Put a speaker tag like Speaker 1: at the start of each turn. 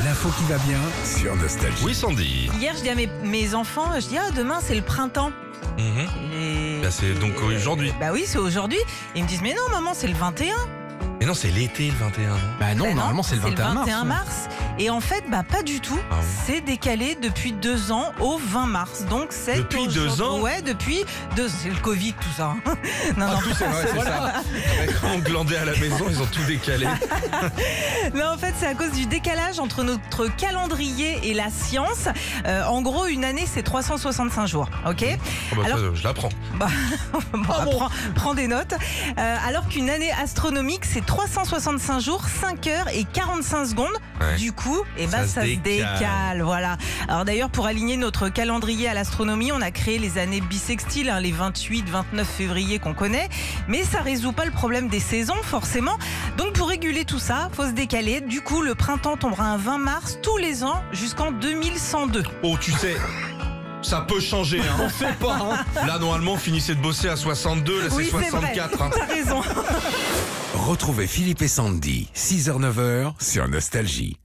Speaker 1: L'info qui va bien.
Speaker 2: sur Nostalgie.
Speaker 3: Oui, Sandy.
Speaker 4: Hier, je dis à mes, mes enfants, je dis, ah, demain, c'est le printemps.
Speaker 3: Mhm.
Speaker 4: Et-
Speaker 3: Bah, c'est donc
Speaker 4: et-
Speaker 3: aujourd'hui.
Speaker 4: Bah oui, c'est aujourd'hui. Et ils me disent, mais non, maman, c'est le 21.
Speaker 3: Mais non, c'est l'été le 21. non
Speaker 1: Bah non,
Speaker 4: Bah
Speaker 1: normalement c'est le 21 mars.
Speaker 4: mars. Et en fait, bah pas du tout.
Speaker 3: Ah bon
Speaker 4: C'est décalé depuis deux ans au 20 mars. Donc c'est
Speaker 3: Depuis deux
Speaker 4: aujourd'hui-
Speaker 3: ans Ah
Speaker 4: Ouais, depuis deux. C'est le Covid, tout ça. hein. non, non.
Speaker 1: c'est vrai, c'est ça.
Speaker 3: On glandait à la maison, ils ont tout décalé.
Speaker 4: Non, en fait, c'est à cause du décalage entre notre calendrier et la science. Euh, en gros, une année, c'est 365 jours. Ok.
Speaker 3: Oh, bah,
Speaker 4: Alors-
Speaker 3: ça, je l'apprends.
Speaker 4: Bon, Bah, prends, prends des notes. Euh, alors qu'une année astronomique, c'est 365 jours, 5 heures et 45 secondes.
Speaker 3: Ouais.
Speaker 4: Du coup, et ben,
Speaker 3: Ça
Speaker 4: ça,
Speaker 3: se
Speaker 4: se
Speaker 3: décale.
Speaker 4: décale. Voilà. Alors d'ailleurs, pour aligner notre calendrier à l'astronomie, on a créé les années bissextiles, hein, les 28, 29 février qu'on connaît. Mais ça résout pas le problème des saisons, forcément. Donc pour réguler tout ça, faut se décaler. Du coup, le printemps tombera un 20 mars tous les ans jusqu'en 2102.
Speaker 3: Oh, tu sais. Ça peut changer, hein. on sait pas. Là, normalement, on finissait de bosser à 62, là c'est
Speaker 4: oui, c'est vrai.
Speaker 3: 64. hein.
Speaker 4: T'as raison.
Speaker 2: Retrouvez Philippe et Sandy, 6h-9h sur Nostalgie.